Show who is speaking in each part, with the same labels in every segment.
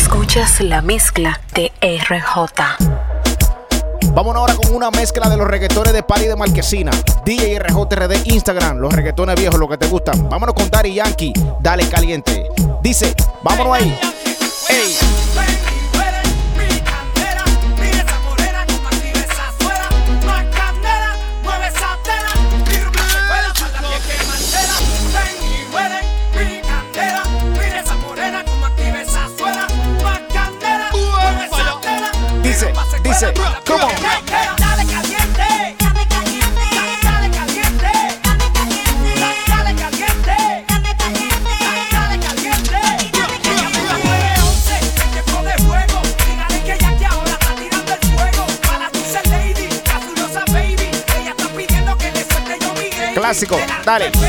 Speaker 1: Escuchas la mezcla de RJ.
Speaker 2: Vamos ahora con una mezcla de los reggaetones de Party de Marquesina. DJ RJRD Instagram, los reggaetones viejos, los que te gustan. Vámonos con Dari Yankee, dale caliente. Dice, vámonos ahí. Ey. Dice, dice, come on.
Speaker 3: Dale caliente, dame caliente, dale caliente, dame caliente, dale caliente, dame caliente, dale caliente, dame caliente. once, tiempo de fuego, dígale que ya que ahora está tirando el fuego. Para la dulce lady, la furiosa baby, ella está pidiendo que le suelte yo mi gay.
Speaker 2: Clásico, dale.
Speaker 1: RJ.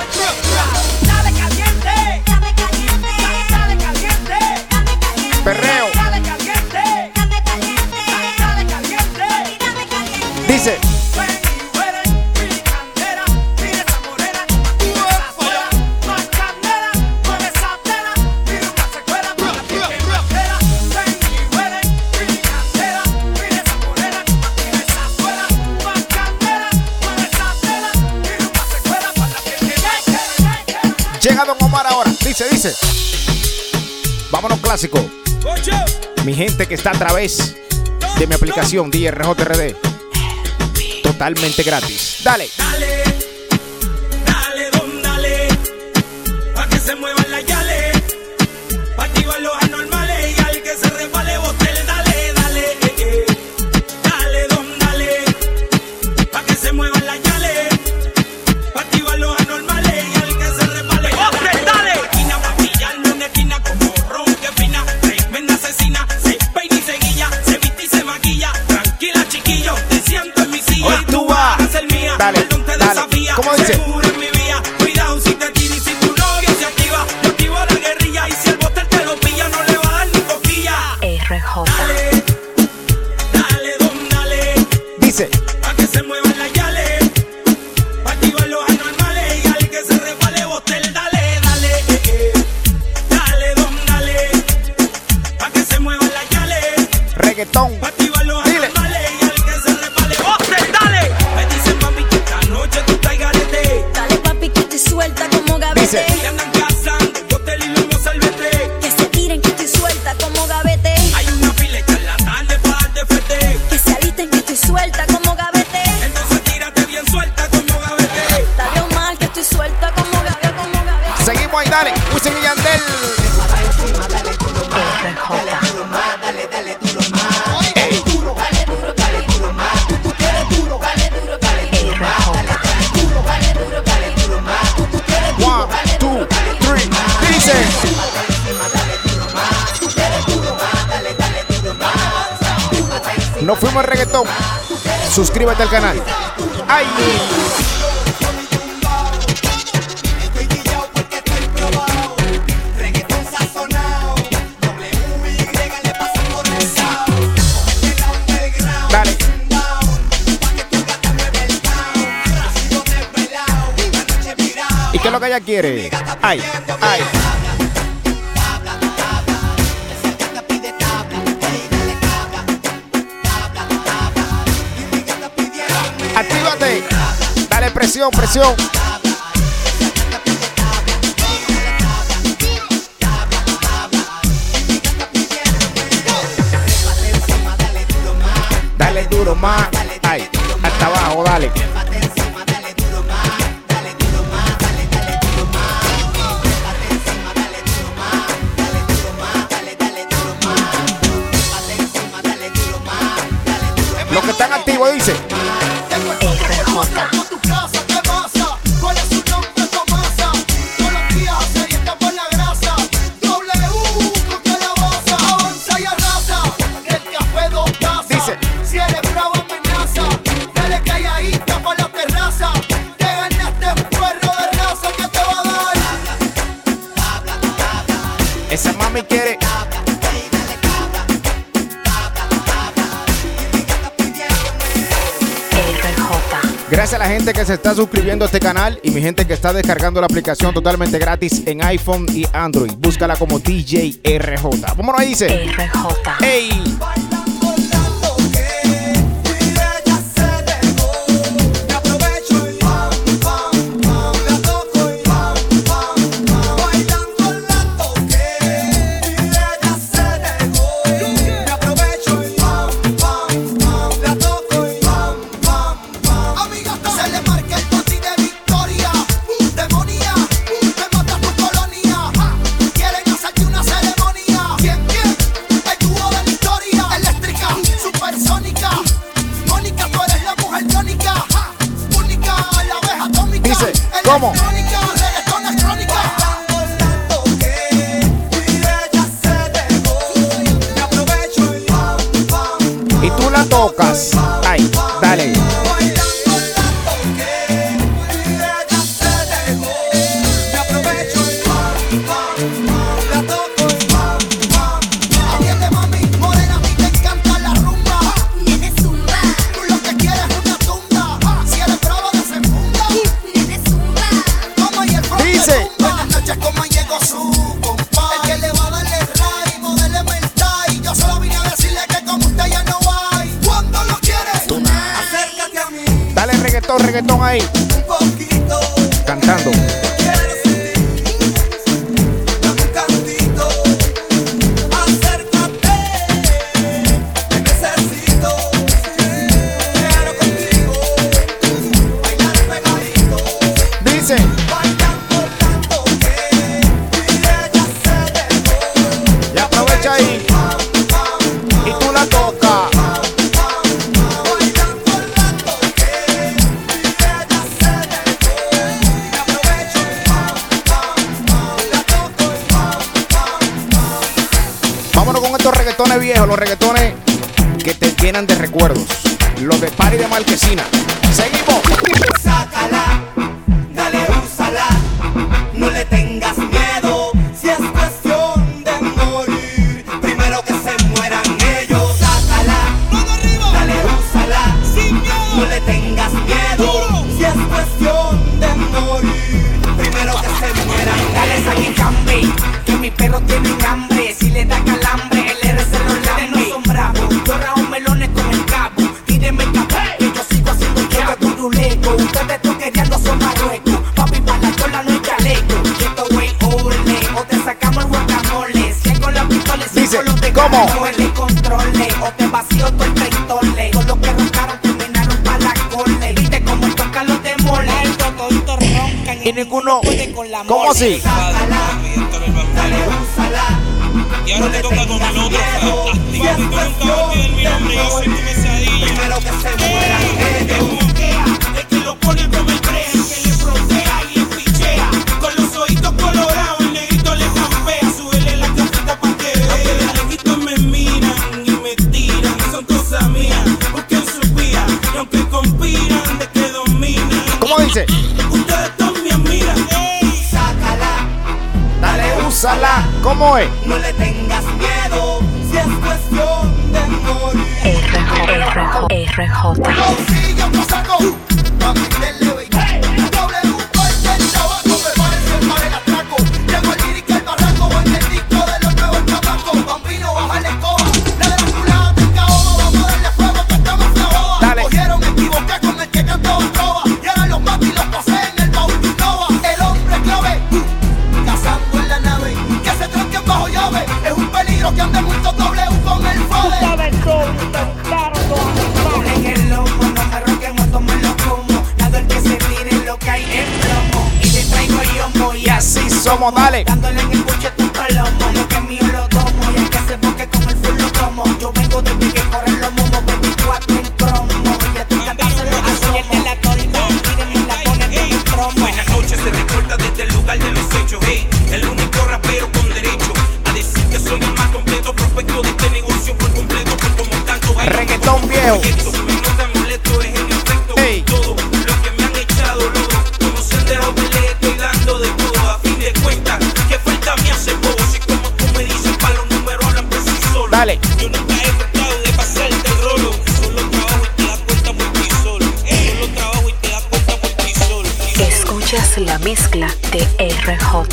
Speaker 3: Dale caliente, dame caliente, dale caliente, dame caliente,
Speaker 2: Perreo.
Speaker 3: dale caliente, dame caliente, dale caliente, dame caliente.
Speaker 2: Dice,
Speaker 3: Ven y huele mi candela, mira esa morena como aquí esa suela, más candela, mueve esa tela, mira una secuela para ti que no espera. Ven y huele mi candela, mira esa morena como aquí esa suela, más candela, mueve esa tela, mira una secuela para ti que no espera.
Speaker 2: llega Don Omar ahora. Dice, dice. Vámonos clásico. Mi gente que está a través de mi aplicación DJ RJRD. Totalmente gratis. Dale.
Speaker 4: Dale, dale, don, dale, pa' que se muevan las yales, pa' activar los anormales y al que se resbale, botele, dale, dale, eh, eh. dale, don, dale, pa' que se muevan las yales, pa' activar los anormales y al que se resbale, botele, dale. Máquina pa' pillarlo en esquina como ron que fina, tremenda asesina, se peina y se guilla, se viste y se maquilla, tranquila chiquillo, te siento en mi silla
Speaker 2: Hoy tú vas
Speaker 4: a ser mía.
Speaker 2: Dale,
Speaker 4: Perdón, te
Speaker 2: dale.
Speaker 4: desafía.
Speaker 2: ¿Cómo dice?
Speaker 4: Seguro en mi vía. Cuidado si te tira y si tu novia se activa. Yo activo la guerrilla y si el botel te lo pilla, no le va a dar ni cosquilla.
Speaker 1: RJ.
Speaker 4: Dale, dale, don, dale.
Speaker 2: Dice,
Speaker 4: Pa' que se muevan las yales. Pa' activar los anormales y al que se resbale, botel, dale, dale. eh, eh. Dale, don, dale. Pa' que se muevan las yales.
Speaker 2: reggaetón.
Speaker 4: Pa' activar los
Speaker 2: Dile.
Speaker 4: animales y al que se repale, ¡Ostres, dale! Me dicen, mami, que esta noche tú E estás garete.
Speaker 5: Dale papi que te suelta como gavete.
Speaker 2: Dice.
Speaker 4: Que andan cazando, hotel y luego salvete.
Speaker 5: Que se tiren que te suelta como gavete.
Speaker 4: Hay una pileta en la tarde para darte fete.
Speaker 5: Que se alisten que te suelta como gavete.
Speaker 4: Entonces tírate bien suelta como gavete.
Speaker 5: Dale mal que te suelta como gavete, como gavete.
Speaker 2: Seguimos ahí, dale. Wisin y Yandel.
Speaker 1: RJ.
Speaker 2: Ey.
Speaker 1: RJ.
Speaker 2: One, two, three. Dice. No fuimos al reggaetón. Suscríbete al canal. ¡Ay! Dale. ¿Y qué es lo que ella quiere? ¡Ay! ¡Ay! ¡Actívate! Dale presión, presión. Dale duro más, ay, hasta abajo, dale. Los que están activos dice,
Speaker 1: RJ.
Speaker 6: Con tu casa te pasa, cuál es su nombre Tomasa, todos los días se dieta por la grasa, doble U con calabaza, avanza y arrasa, el café dos tazas,
Speaker 2: Dice.
Speaker 6: si eres bravo amenaza, dale calladita pa' la terraza, te ganaste un perro de raza que te va a dar,
Speaker 2: esa mami quiere.
Speaker 1: RJ.
Speaker 2: Gracias a la gente que se está suscribiendo a este canal y mi gente que está descargando la aplicación totalmente gratis en iPhone y Android. Búscala como DJ RJ. Vámonos ahí, dice.
Speaker 1: RJ.
Speaker 2: ¡Ey!
Speaker 3: Se le marca el botín de victoria, un demonía, un te mata tu colonia. Quieren hacerte una ceremonia. ¿Quién, quién? El dúo de la historia, eléctrica, supersónica. Mónica, tú eres la mujer tónica, única, la abeja atómica.
Speaker 2: Dice, ¿cómo?
Speaker 3: Electrónica, reggaetón es crónica.
Speaker 2: Y tú la tocas. Ay, dale.
Speaker 3: Atiende, mami, morena, a mí te encanta la rumba.
Speaker 7: Nene zumba,
Speaker 3: Tú lo que quieres es una tumba. Si eres brava, desenfunda.
Speaker 7: nene zumba,
Speaker 3: Toma y el front
Speaker 2: Dice.
Speaker 3: de tumba. Buenas noches, ¿cómo llegó su compadre? El que le va a darle ray, modele mental. Yo solo vine a decirle que como usted ya no hay. Cuando lo quieres,
Speaker 4: Acércate a mí
Speaker 2: Dale reggaetón, reggaetón ahí.
Speaker 4: un poquito.
Speaker 2: Cantando.
Speaker 4: Quiero sentir. Dame un cantito. Acércate. Te necesito. Quiero contigo. Bailar pegadito.
Speaker 2: Dice.
Speaker 4: Bailando tanto que mi ella se dejó.
Speaker 2: Y aprovecha ahí. Y tú la tocas.
Speaker 4: Bailando tanto que mi ella se dejó. Me aprovecho.
Speaker 2: Vámonos con estos reggaetones viejos, los reggaetones que te llenan de recuerdos. Los de Party de Marquesina. Seguimos.
Speaker 4: Sácala, dale, úsala, no le tengas miedo. Si es cuestión de morir, primero que se mueran ellos. Sácala, dale, úsala, no le tengas miedo. Si es cuestión de morir, primero que se mueran
Speaker 8: Dale esa guicambe, que mis perros tienen hambre. Si le da calambre, el R se lo lambe. No son bravos, yo rajo melones con el cabo. Tírenme el café, que yo sigo haciendo choca turuleco. Ustedes toqueteando son marruecos. Papi, para la cola no hay chaleco. Y esto güey, ole, o te sacamos el guacamole. Si es con las pistolas, si es
Speaker 2: Dice,
Speaker 8: con los de
Speaker 2: ¿cómo?
Speaker 8: el controle, o te vacío todo el traitole. Con los que roncaron terminaron para la cole. Viste como el toca los demole.
Speaker 9: Toditos roncan
Speaker 2: Y ninguno.
Speaker 9: pueden con la
Speaker 2: ¿Cómo
Speaker 9: mole.
Speaker 2: así?
Speaker 9: Y ahora te toca con el otro fantástico. Si tú nunca olvides mi nombre, yo soy tu mesadilla.
Speaker 4: Primero que se mueran ellos. El que lo pone como el breja, que le frontea y le pichea. Con los ojitos colorados, el negrito le campea. Súbele la cajita pa' que vea. Aunque de lejitos me miran y me tiran, son cosas mías. Busquen su vía. Y aunque conspiran de que dominan,
Speaker 2: ¿Cómo dice?
Speaker 4: ustedes también miran.
Speaker 2: Dale, úsala. ¿Cómo es?
Speaker 4: No le tengas miedo, si es cuestión de morir.
Speaker 1: RJ. RJ.
Speaker 3: bolsillo, cosaco. Mami, dele, baby. W, corte el tabaco. Prepárense para el atraco. Llegó el lírico, el barranco. Voy el disco de los nuevos chamacos. Bambino, baja la escoba. La de la culata, el caoba. Vamos a darle fuego que estamos clavados.
Speaker 2: Dale.
Speaker 3: Cogieron equivoqué con el que cantaba trova. Y ahora los matis los poseen en el baúl de un nova. El hombre clave, uh, cazando en la nave. Que se tranquen bajo llave. Es un peligro que ande mucho doble U con el fade.
Speaker 8: Ponen el lomo, no me roquemos, tomo lo como. Nada el que se tire lo que hay es plomo. Y te traigo yo y así
Speaker 2: Somos, dale.
Speaker 8: Dándole en el coche a tu palomo, lo que es mío lo tomo. Y el que se boque con el full lo tomo. Yo vengo desde que corren los momos, 24 en cromo. Y a tu cantarse lo
Speaker 9: Oye,
Speaker 8: asomo.
Speaker 9: la torta,
Speaker 8: Tírenme la pone
Speaker 9: ey,
Speaker 8: en el cromo.
Speaker 10: Buenas noches, se recorta desde el lugar de los hechos. Hey, el único rapero con derecho a decir que soy el más completo prospecto de este negocio por completo. Por como tanto bailo,
Speaker 2: Reggaetón
Speaker 10: como
Speaker 2: viejo.
Speaker 10: proyecto. Me notan molesto, es en efecto.
Speaker 2: Ey.
Speaker 10: Todo lo que me han echado, loco. Como sendero de le estoy dando de todo. A fin de cuentas, que falta
Speaker 1: Escuchas la mezcla de RJ.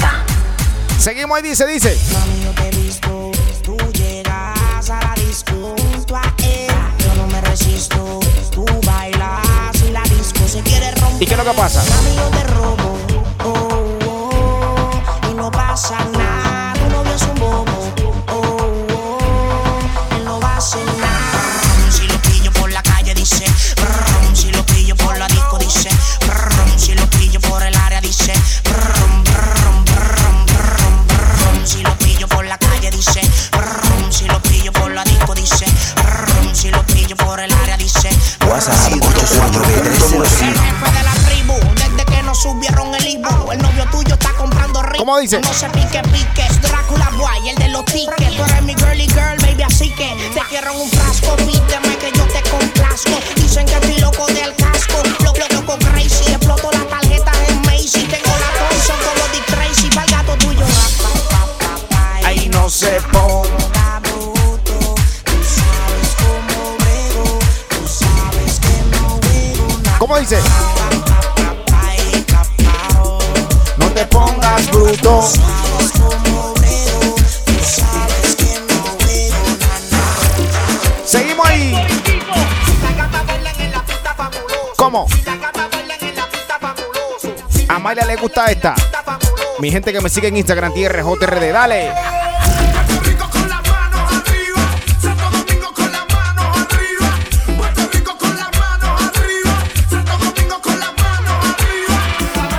Speaker 4: Seguimos ahí, dice, dice.
Speaker 11: Mami, yo te he visto, tú llegas a la disco junto a él. Yo no me resisto, tú bailas y la disco se quiere romper.
Speaker 4: ¿Y qué es lo que pasa?
Speaker 11: Mami, yo te robo, oh, oh, y no pasa nada. Tu novio es un bobo, oh, oh, él no va a hacer nada. Si lo pillo por la calle dice, brum, si lo pillo por la disco dice, brum, si lo pillo por el área dice, brum, brum, brum, brum, brum, si lo pillo por la calle dice, brum, si lo pillo por la disco dice, brum, si lo pillo por el área dice,
Speaker 12: WhatsApp 849-305.
Speaker 11: él fue de la tribu, desde que nos subieron el Ibu. El novio tuyo está comprando rico.
Speaker 4: ¿Cómo dice?
Speaker 11: No se pique, pique. Es Drácula Guay, el de los tickets. Tú eres mi girly girl, baby, así que te quiero en un frasco. Pídeme que yo te complazco. Dicen que estoy loco del casco. Loco, loco, crazy. Exploto las tarjetas en Macy. Tengo la Thompson como Dick Tracy. Para el gato tuyo.
Speaker 12: Ahí no se ponga.
Speaker 11: Está bruto, tú sabes cómo brego, tú sabes que no veo nada.
Speaker 4: ¿Cómo dice?
Speaker 11: Ay, capao,
Speaker 4: No te pongas bruto.
Speaker 11: sabes cómo veo, tú sabes que no veo
Speaker 4: Seguimos ahí. ¿Cómo? A Mayla le gusta esta. Mi gente que me sigue en Instagram, TRJRD, dale.
Speaker 2: Puerto Rico con las manos arriba, Santo Domingo con las manos arriba, Puerto Rico con las manos arriba, Santo Domingo con las manos arriba, vamos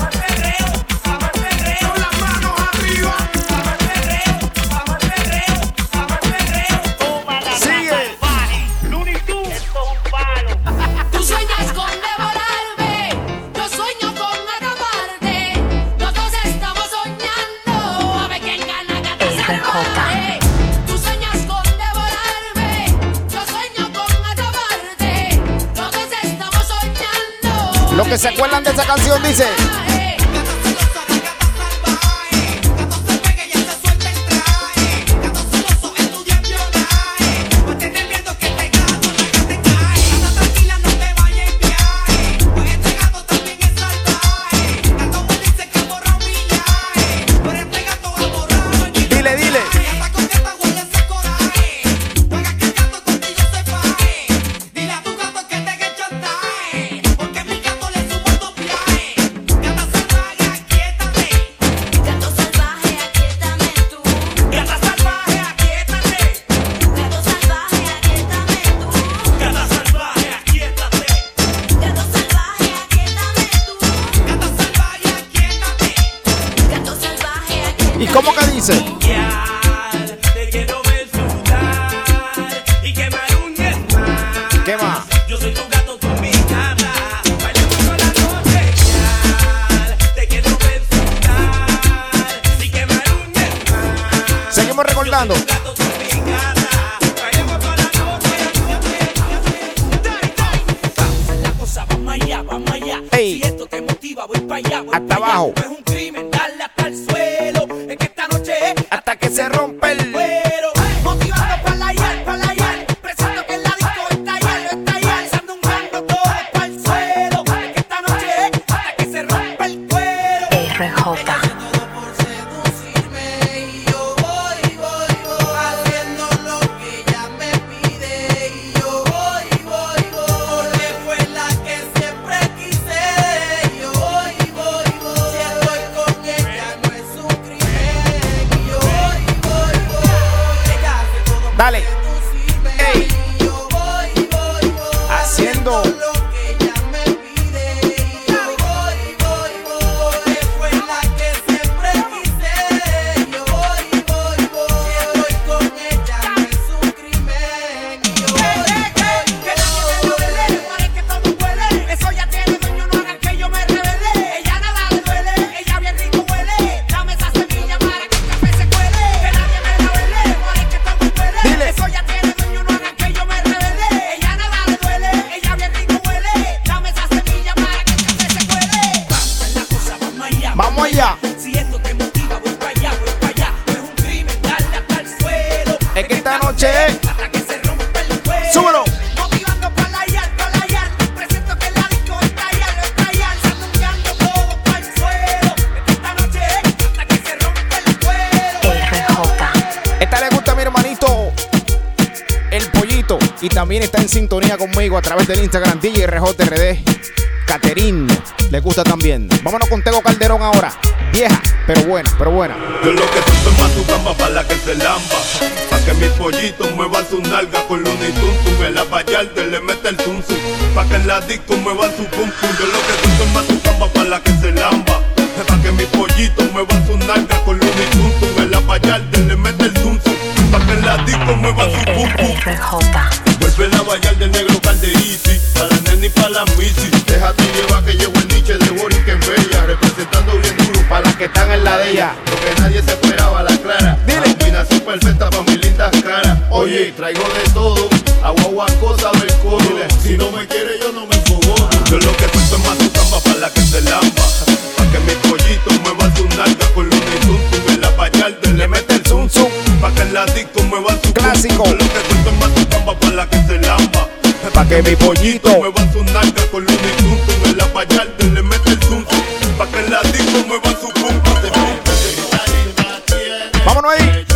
Speaker 2: al perreo, vamos al perreo, vamos al perreo, con las manos arriba, vamos al perreo, vamos al perreo, vamos al perreo, toma la
Speaker 4: Sigue.
Speaker 13: Tú sueñas con devorarme, yo sueño con acabarte. Los dos estamos soñando a ver quién gana gata se
Speaker 1: RJ.
Speaker 13: muere. Tú sueñas con devorarme, yo sueño con acabarte. Los dos estamos soñando. a
Speaker 4: Los
Speaker 13: ver
Speaker 4: que se
Speaker 13: quién
Speaker 4: acuerdan de
Speaker 13: gana eh.
Speaker 4: esa canción dice.
Speaker 13: gata se muere.
Speaker 4: Dile, dile.
Speaker 13: Gato salvaje, aquiétame tú.
Speaker 3: Gata salvaje, aquíétate.
Speaker 13: Gato salvaje, aquiétame tú.
Speaker 3: Gata salvaje, aquíétate.
Speaker 13: Gato salvaje, aquiétame tú.
Speaker 3: Gata salvaje, aquíétate.
Speaker 13: Gato salvaje, aquiétame
Speaker 4: ¿Y cómo que dice?
Speaker 3: Yal, Te quiero ver sudar y quemar un esmalte.
Speaker 4: ¿Qué más?
Speaker 3: Yo soy tu gato, tu mirada. Bailemos toda la noche. Yal, Te quiero ver sudar y quemar un esmalte.
Speaker 4: Seguimos recordando. Ey.
Speaker 3: Ey. Si esto te motiva, voy para allá. Voy
Speaker 4: Hasta
Speaker 3: pa' allá.
Speaker 4: abajo.
Speaker 3: No es un crimen, darle hasta el suelo. Es que esta noche es
Speaker 4: Hasta que se rompe el.
Speaker 3: cuero. Motivando para la yal, para la yal. Presento que en la disco está yal, está yal. Sando un canto todo para el suelo. Es que esta noche es hasta que se rompa el cuero.
Speaker 1: RJ.
Speaker 11: Todo por seducirme y yo voy, voy, voy haciendo lo que ella me pide y yo voy, voy, voy porque fue la que siempre quise y yo voy, voy, voy si estoy con
Speaker 2: también está en sintonía conmigo a través del Instagram DJ RJRD. Caterín, le gusta también. Vámonos con Tego Calderón ahora. Vieja, pero buena, pero buena.
Speaker 4: Yo lo que tú tomas tu cama para la que se lamba. Pa' que mis pollitos muevan su nalga con luna y tuntum. El abayalde le mete el tuntum. Pa' que en la disco muevan su pum pum. Yo lo que tú tomas tu cama para la que se lamba. Pa' que mis pollitos muevan su nalga con luna y tuntum. El abayalde le mete el tuntum. Pa' que en la disco muevan su pum pum. Vuelve la bayal de negro calderisi, pa' la nena y pa' la misi. Déjate llevar que llevo el niche de Boris que en Bella, representando bien duro pa' las que están en la de ella. Lo que nadie se esperaba, la clara. Dile. Combinación perfecta pa' mis lindas caras. Oye, traigo de todo, agua, agua, cosa del coro. Si no me quiere, yo no me enfogo. Yo lo que suelto es más tu tamba pa' la que se lamba. Pa' que mis pollitos muevan su nalga con luna y zum zum. En la bayalde le mete el zum zum. Pa' que en la disco muevan su Clásico. Yo lo que suelto es más tu tamba pa' la que se lamba. Pa' que mi pollito muevan su nalga con luna y zum zum. En la bayalde le mete el zum zum. Pa' que en la disco muevan su pum pum.
Speaker 2: Vámonos ahí.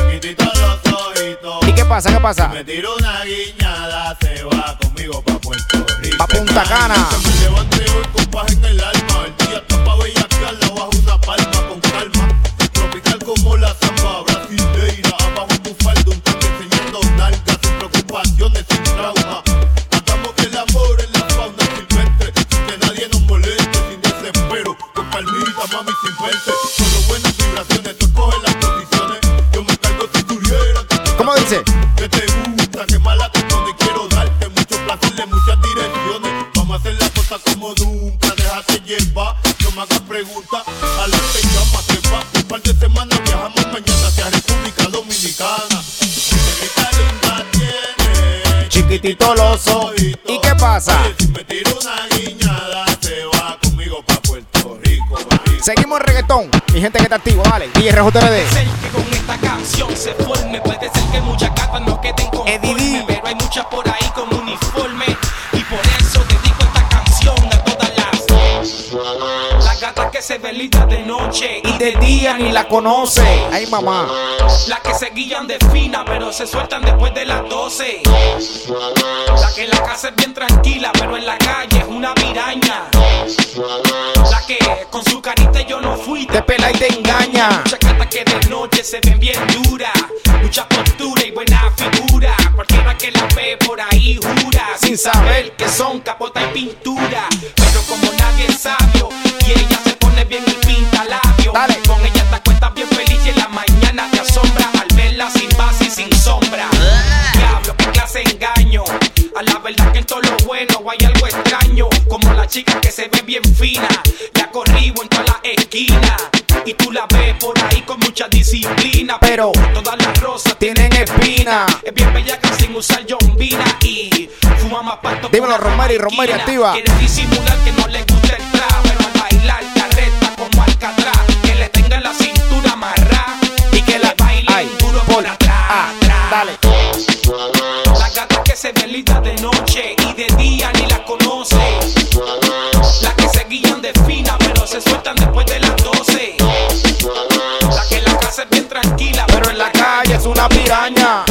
Speaker 2: ¿Y qué pasa? ¿Qué pasa?
Speaker 4: Me tiro una guiñada, se va conmigo pa' Puerto Rico.
Speaker 2: Pa' Punta Cana.
Speaker 4: Se me lleva entre hoy con paz en el alma. El día está pa' bellaquearla bajo una palma con calma. Tropical como la zamba brasileira. Abajo tu falda, un tanque enseñando nalgas. Sin preocupaciones, sin trauma. Matamos que el amor es la fauna silvestre. Sin que nadie nos moleste, sin desespero. Con palmita, mami, sin verte. Solo buenas vibraciones, tú coges las posiciones. Yo me cargo si tuviera
Speaker 2: ¿Cómo dice?
Speaker 4: que te gusta, que mala te pone. Quiero darte mucho placer de muchas direcciones. Vamos a hacer las cosas como nunca, déjate llevar. No me hagas preguntas, adelante y llama, que va. Un par de semanas viajamos mañana hacia República Dominicana. Señorita linda tiene,
Speaker 2: Chiquitito lo soy. ¿Y qué pasa?
Speaker 4: Oye, si me tiro una guiñada, se va conmigo pa' Puerto Rico, bajito.
Speaker 2: Seguimos en reggaetón. Y gente que está activo, dale. DJ RJRD.
Speaker 14: ser que con esta canción se forme. Puede ser que muchas capas no queden conformes, pero hay muchas por ahí con uniforme. Y por eso dedico esta canción a todas las Las gatas que se velitan de noche y de día ni la conoce.
Speaker 2: Ay, mamá.
Speaker 14: Las que se guían de fina, pero se sueltan después de las 12. La que en la casa es bien tranquila, pero en la calle es una piraña. La que con su carita yo no fui, te pela y te engaña. Muchas gatas que de noche se ven bien duras, mucha postura y buena figura. Cualquiera que la ve por ahí jura, sin saber que son capota y pintura. Pero como nadie es sabio, y ella se pone bien y pinta labios. Con ella te cuentas bien feliz y en la mañana te asombra al verla sin base y sin sombra. Diablo, qué clase de engaño. A la verdad que en todo lo bueno hay algo extraño. Como la chica que se ve bien fina, la corribo en toda la esquina. Y tú la ves por ahí con mucha disciplina. Pero todas las rosas tienen espina. Es bien bellaca sin usar jombina. Y fuma más pasto. que
Speaker 2: Dímelo,
Speaker 14: una
Speaker 2: Romero y Romero,
Speaker 14: jamaquina.
Speaker 2: activa.
Speaker 14: Quiere disimular que no le gusta el trap, pero al bailar te arresta como alcatraz. Que le tenga la cintura amarrada y que la baile duro por atrás. Ah, Dale. Las gatas que se velitan de noche y de día ni las conoce. Las que se guían de fina, pero se sueltan después de las 12. La que en la casa es bien tranquila, pero en la calle es una piraña.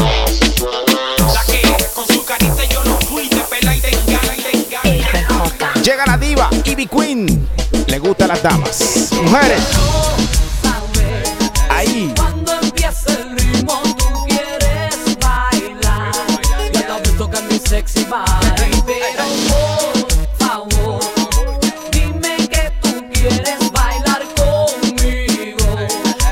Speaker 14: La que con su carita yo no fui, te pela y te engaña y te engaña. y te engaña.
Speaker 2: Llega la diva, Ivy Queen. Le gustan las damas. Mujeres. Ahí.
Speaker 3: Cuando empieza el ritmo, tú quieres bailar. Ya te has visto que mi sexy body, pero por favor, dime que tú quieres bailar conmigo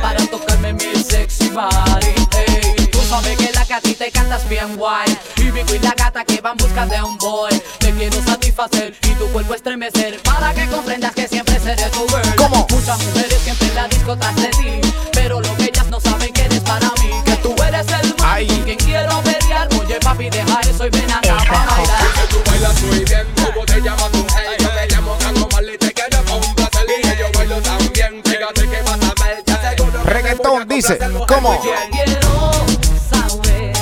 Speaker 3: para tocarme mi sexy body. ey. Tú sabes que la gatita y cantas bien guay y vivo y la gata que va en busca de un boy. Te quiero satisfacer y tu cuerpo estremecer para que comprendas que siempre seré tu girl.
Speaker 2: ¿Cómo?
Speaker 3: Muchas mujeres siempre en la disco tras de ti, pero lo que ellas no saben que eres para mí, que tú eres el man con quien quiero pelear. Oye papi, deja eso y ven acá para bailar.
Speaker 15: Tú bailas muy bien, como te llamas tú, hey, yo me llamo Tango Marley, te quiero pa' un placer, y que yo bailo también, fíjate que vas a ver, te aseguro que te voy a
Speaker 2: Reggaetón dice.
Speaker 15: complacer, mujer,
Speaker 2: ¿Cómo?
Speaker 15: muy bien.
Speaker 3: Quiero saber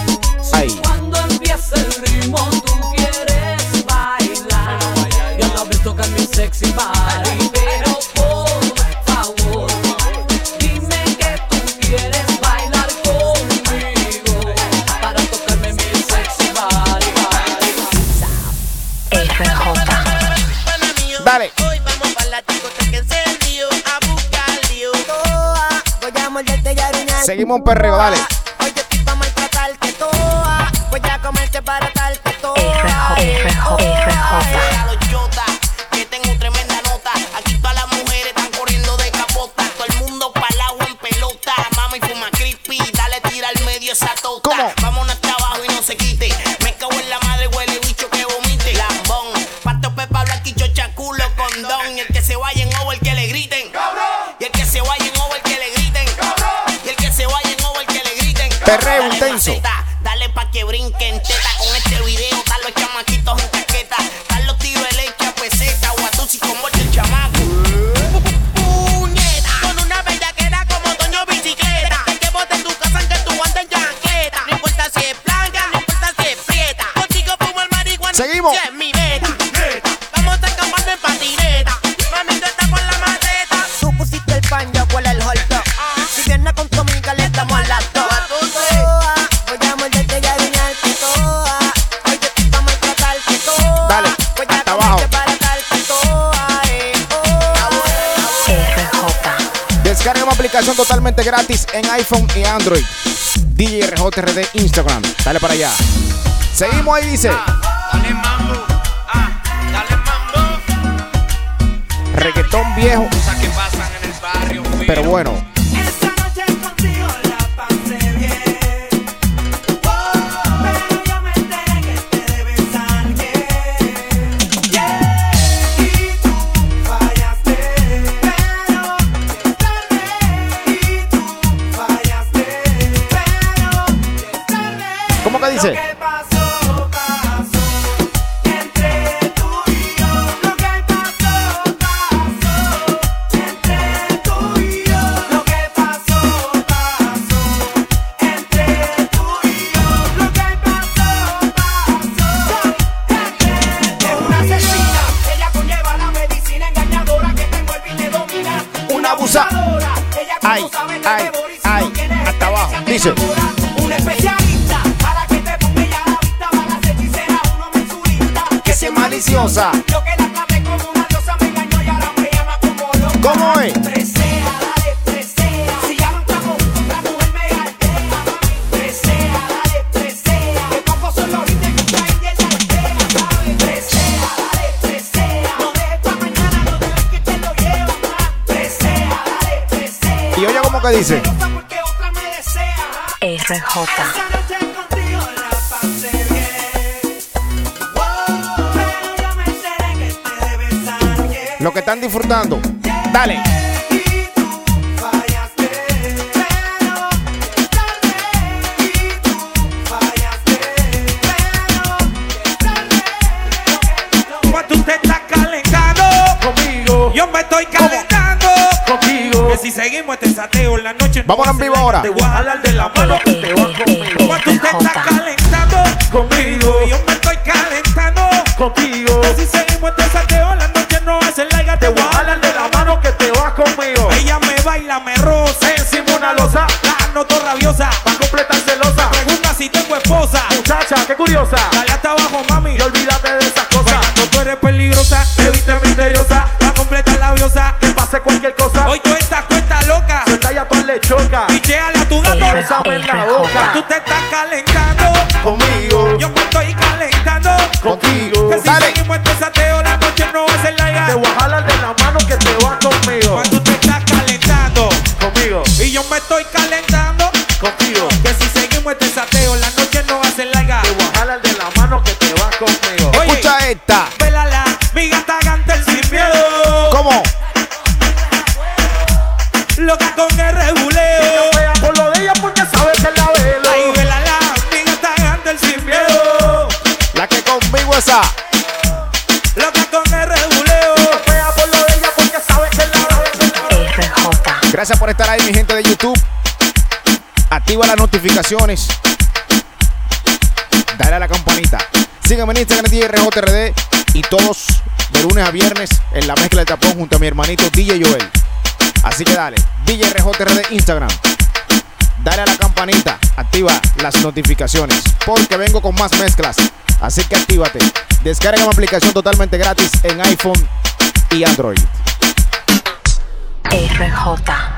Speaker 2: Ahí.
Speaker 3: cuando empieza el ritmo, tú quieres bailar. Ya la ves tocar mi sexy body, pero por favor, dime que tú quieres bailar conmigo para tocarme mi sexy body. body.
Speaker 2: Dale.
Speaker 16: Hoy vamos para la discoteca en serio a buscar lío.
Speaker 17: Toa, voy a morderte y orinar.
Speaker 2: Seguimos un perreo, dale.
Speaker 17: Hoy de ti vamos a maltratarte toa. Voy a comerte para darte toa.
Speaker 1: RJ, RJ.
Speaker 16: Que tengo tremenda nota. Aquí todas las mujeres están corriendo de capota. Todo el mundo pa'l agua en pelota. Mami fuma creepy, dale tira al medio esa tota. Vamos al trabajo y no se quite. Me cago en la madre, huele bicho que vomite. Lambón, pato pepa, blanquillo, chaculo, condón. Y el que se vaya en over, que le griten. Y el que se vaya en over, que le griten. Y el que se vaya en over, que le griten.
Speaker 2: Perreo
Speaker 16: Dale
Speaker 2: intenso.
Speaker 16: maceta, Dale pa' que brinquen teta con este video. Tal los chamaquitos en casqueta. Tal los tiros de leche a peseta. Guatusi con bolsa el chamaco. Puñeta. Con una bellaquera como Toño Bicicleta. Que bote en tu casa aunque tú andes en chaqueta. No importa si es blanca, no importa si es prieta. Contigo fumo el marihuana.
Speaker 2: Seguimos.
Speaker 16: que es mi beta. Vamos a escapar en patineta. Mami, tú estás con la maceta.
Speaker 17: Tú pusiste el pan, yo cuelo el hot dog. Si vienes con tu amiga, le damos a las dos. Toa, voy a morderte y orinarte toa. Hoy de ti vamos a maltratarte toa.
Speaker 2: Dale,
Speaker 17: voy a
Speaker 2: hasta abajo.
Speaker 17: comerte para darte toa. eh, oh,
Speaker 2: Descarga una aplicación totalmente gratis en iPhone y Android. DJ RJRD Instagram. Dale para allá. Seguimos ahí, dice.
Speaker 14: ah,
Speaker 2: Reggaetón viejo,
Speaker 14: que pasan en el barrio.
Speaker 2: pero bueno.
Speaker 11: Esta noche contigo la pasé bien. Oh, Pero yo me enteré que te debes a alguien. Y tú fallaste. Pero ya tarde. Y tú fallaste. Pero ya tarde.
Speaker 2: ¿Cómo que dice?
Speaker 11: Lo que pasó, pasó. Entre tú y yo. Lo que pasó, pasó. Entre tú y yo. Lo que pasó, pasó. Entre tú y yo. Lo que pasó, pasó. Es una asesina. Ella conlleva la medicina engañadora que tengo el fin de dominar.
Speaker 2: Una abusadora.
Speaker 11: Ella
Speaker 2: Ay,
Speaker 11: como sabe de
Speaker 2: ay,
Speaker 11: temor y si no
Speaker 2: ay.
Speaker 11: tiene
Speaker 2: Hasta abajo. Dice.
Speaker 11: un especialista para que te ponga ya la vista para las hechiceras, uno mensurista
Speaker 2: Que sea maliciosa.
Speaker 11: Yo que la clavé como una diosa me engañó y ahora me llama como loca
Speaker 2: ¿Cómo es?
Speaker 11: Presea, dale, presea Si ya no estamos juntos, la mujer me aldea mami. Presea, dale, presea Que poco son los indios que está india en la aldea, ¿sabes? Presea, dale, presea No dejes pa' mañana, no dejes que te lo lleva Presea, dale, presea
Speaker 2: Y oye cómo que dice.
Speaker 11: Porque otra me desea
Speaker 1: RJ.
Speaker 11: esta noche contigo la pasé bien. Wow, pero yo me enteré que te debes a alguien.
Speaker 2: Lo que están disfrutando. Dale.
Speaker 11: Y tú fallaste, pero ya tarde. Y tú fallaste, pero ya tarde.
Speaker 14: Pues tú te estás calentando conmigo. Yo me estoy calentando contigo. Que si seguimos este sateo en la noche.
Speaker 2: Vamos en vivo ahora.
Speaker 14: Te voy a jalar de la mano que te vas conmigo. Pues tú te estás calentando conmigo. Yo me estoy calentando contigo. Que si seguimos este sateo en la noche no hace larga. Te voy a jalar de la mano que te vas conmigo. Ella me baila, me roce encima una losa. La noto rabiosa. Para completar celosa. Me pregunta si tengo esposa. Muchacha, qué curiosa. Dale hasta abajo, mami. Y olvídate de esas cosas. Cuando tú eres peligrosa, te viste misteriosa. La completa labiosa. Que pase cualquier cosa. Hoy tú estás cuesta loca. Suelta ya tu lechoca. Pichéala tu gato.
Speaker 18: Bésame en la boca.
Speaker 14: Tú te estás calentando.
Speaker 2: Conmigo.
Speaker 14: Yo me estoy calentando.
Speaker 2: Contigo.
Speaker 14: Que si seguimos este sateo, la noche no va a ser larga.
Speaker 18: Te voy a jalar de la mano que te vas conmigo.
Speaker 14: Cuando tú te estás calentando.
Speaker 18: Conmigo.
Speaker 14: Y yo me estoy calentando.
Speaker 18: Contigo.
Speaker 14: Que si seguimos este sateo, la noche no va a ser larga.
Speaker 18: Te voy a jalar de la mano que te vas conmigo.
Speaker 14: Oye.
Speaker 2: Escucha esta.
Speaker 14: Pélala, mi gata canta el sin miedo.
Speaker 2: ¿Cómo?
Speaker 14: Loca con el reguleo.
Speaker 18: Por lo de ella porque sabes que la velo.
Speaker 14: Ay, pélala, mi gata canta el sin miedo.
Speaker 2: La que conmigo esa.
Speaker 14: Loca con el reguleo.
Speaker 18: Por lo de ella porque sabes que la
Speaker 2: Gracias por estar ahí, mi gente de YouTube. Activa las notificaciones. Dale a la campanita. Sígueme en Instagram DJ RJRD y todos de lunes a viernes en la mezcla de tapón junto a mi hermanito DJ Joel. Así que dale, DJ RJRD Instagram. Dale a la campanita, activa las notificaciones porque vengo con más mezclas. Así que actívate. Descarga mi aplicación totalmente gratis en iPhone y Android.
Speaker 1: RJ.